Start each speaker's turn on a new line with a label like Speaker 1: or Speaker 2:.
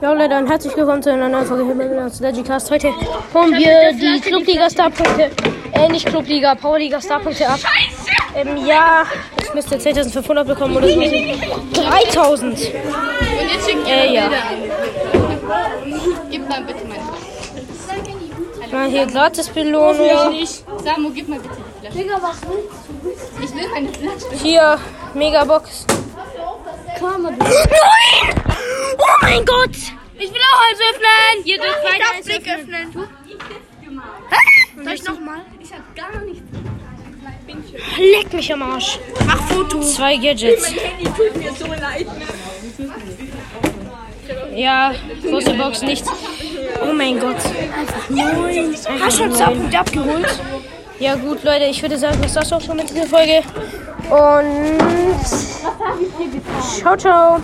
Speaker 1: Ja Leute, und herzlich willkommen zu einer neuen Folge Himmel und Legicast. Heute holen wir die Clubliga-Starpunkte, äh nicht Clubliga, Powerliga-Starpunkte ab. Ähm, ja, ich müsste 2500 bekommen oder so. 3000!
Speaker 2: Und jetzt schickt ihr
Speaker 1: Äh,
Speaker 2: mir
Speaker 1: ja.
Speaker 2: Bilder an. Gib mal bitte meine Flasche.
Speaker 1: Mal hier Gratisbelohnung.
Speaker 2: Samu, gib mal bitte die Flasche. Digga, was willst du? Ich will meine Flasche.
Speaker 1: Hier, Megabox. Nein! Oh mein Gott!
Speaker 2: Ich will auch eins öffnen. Ihr dürft weiter eins Blick öffnen. Soll ich nochmal? Ich hab gar nichts.
Speaker 1: Leck mich am Arsch.
Speaker 2: Mach Foto.
Speaker 1: Zwei Gadgets.
Speaker 2: ne?
Speaker 1: Ja, große Box, nichts. Oh mein Gott.
Speaker 2: Hast du schon Samu abgeholt?
Speaker 1: Ja gut, Leute, ich würde sagen, das war's auch schon mit dieser Folge. Und ciao, ciao.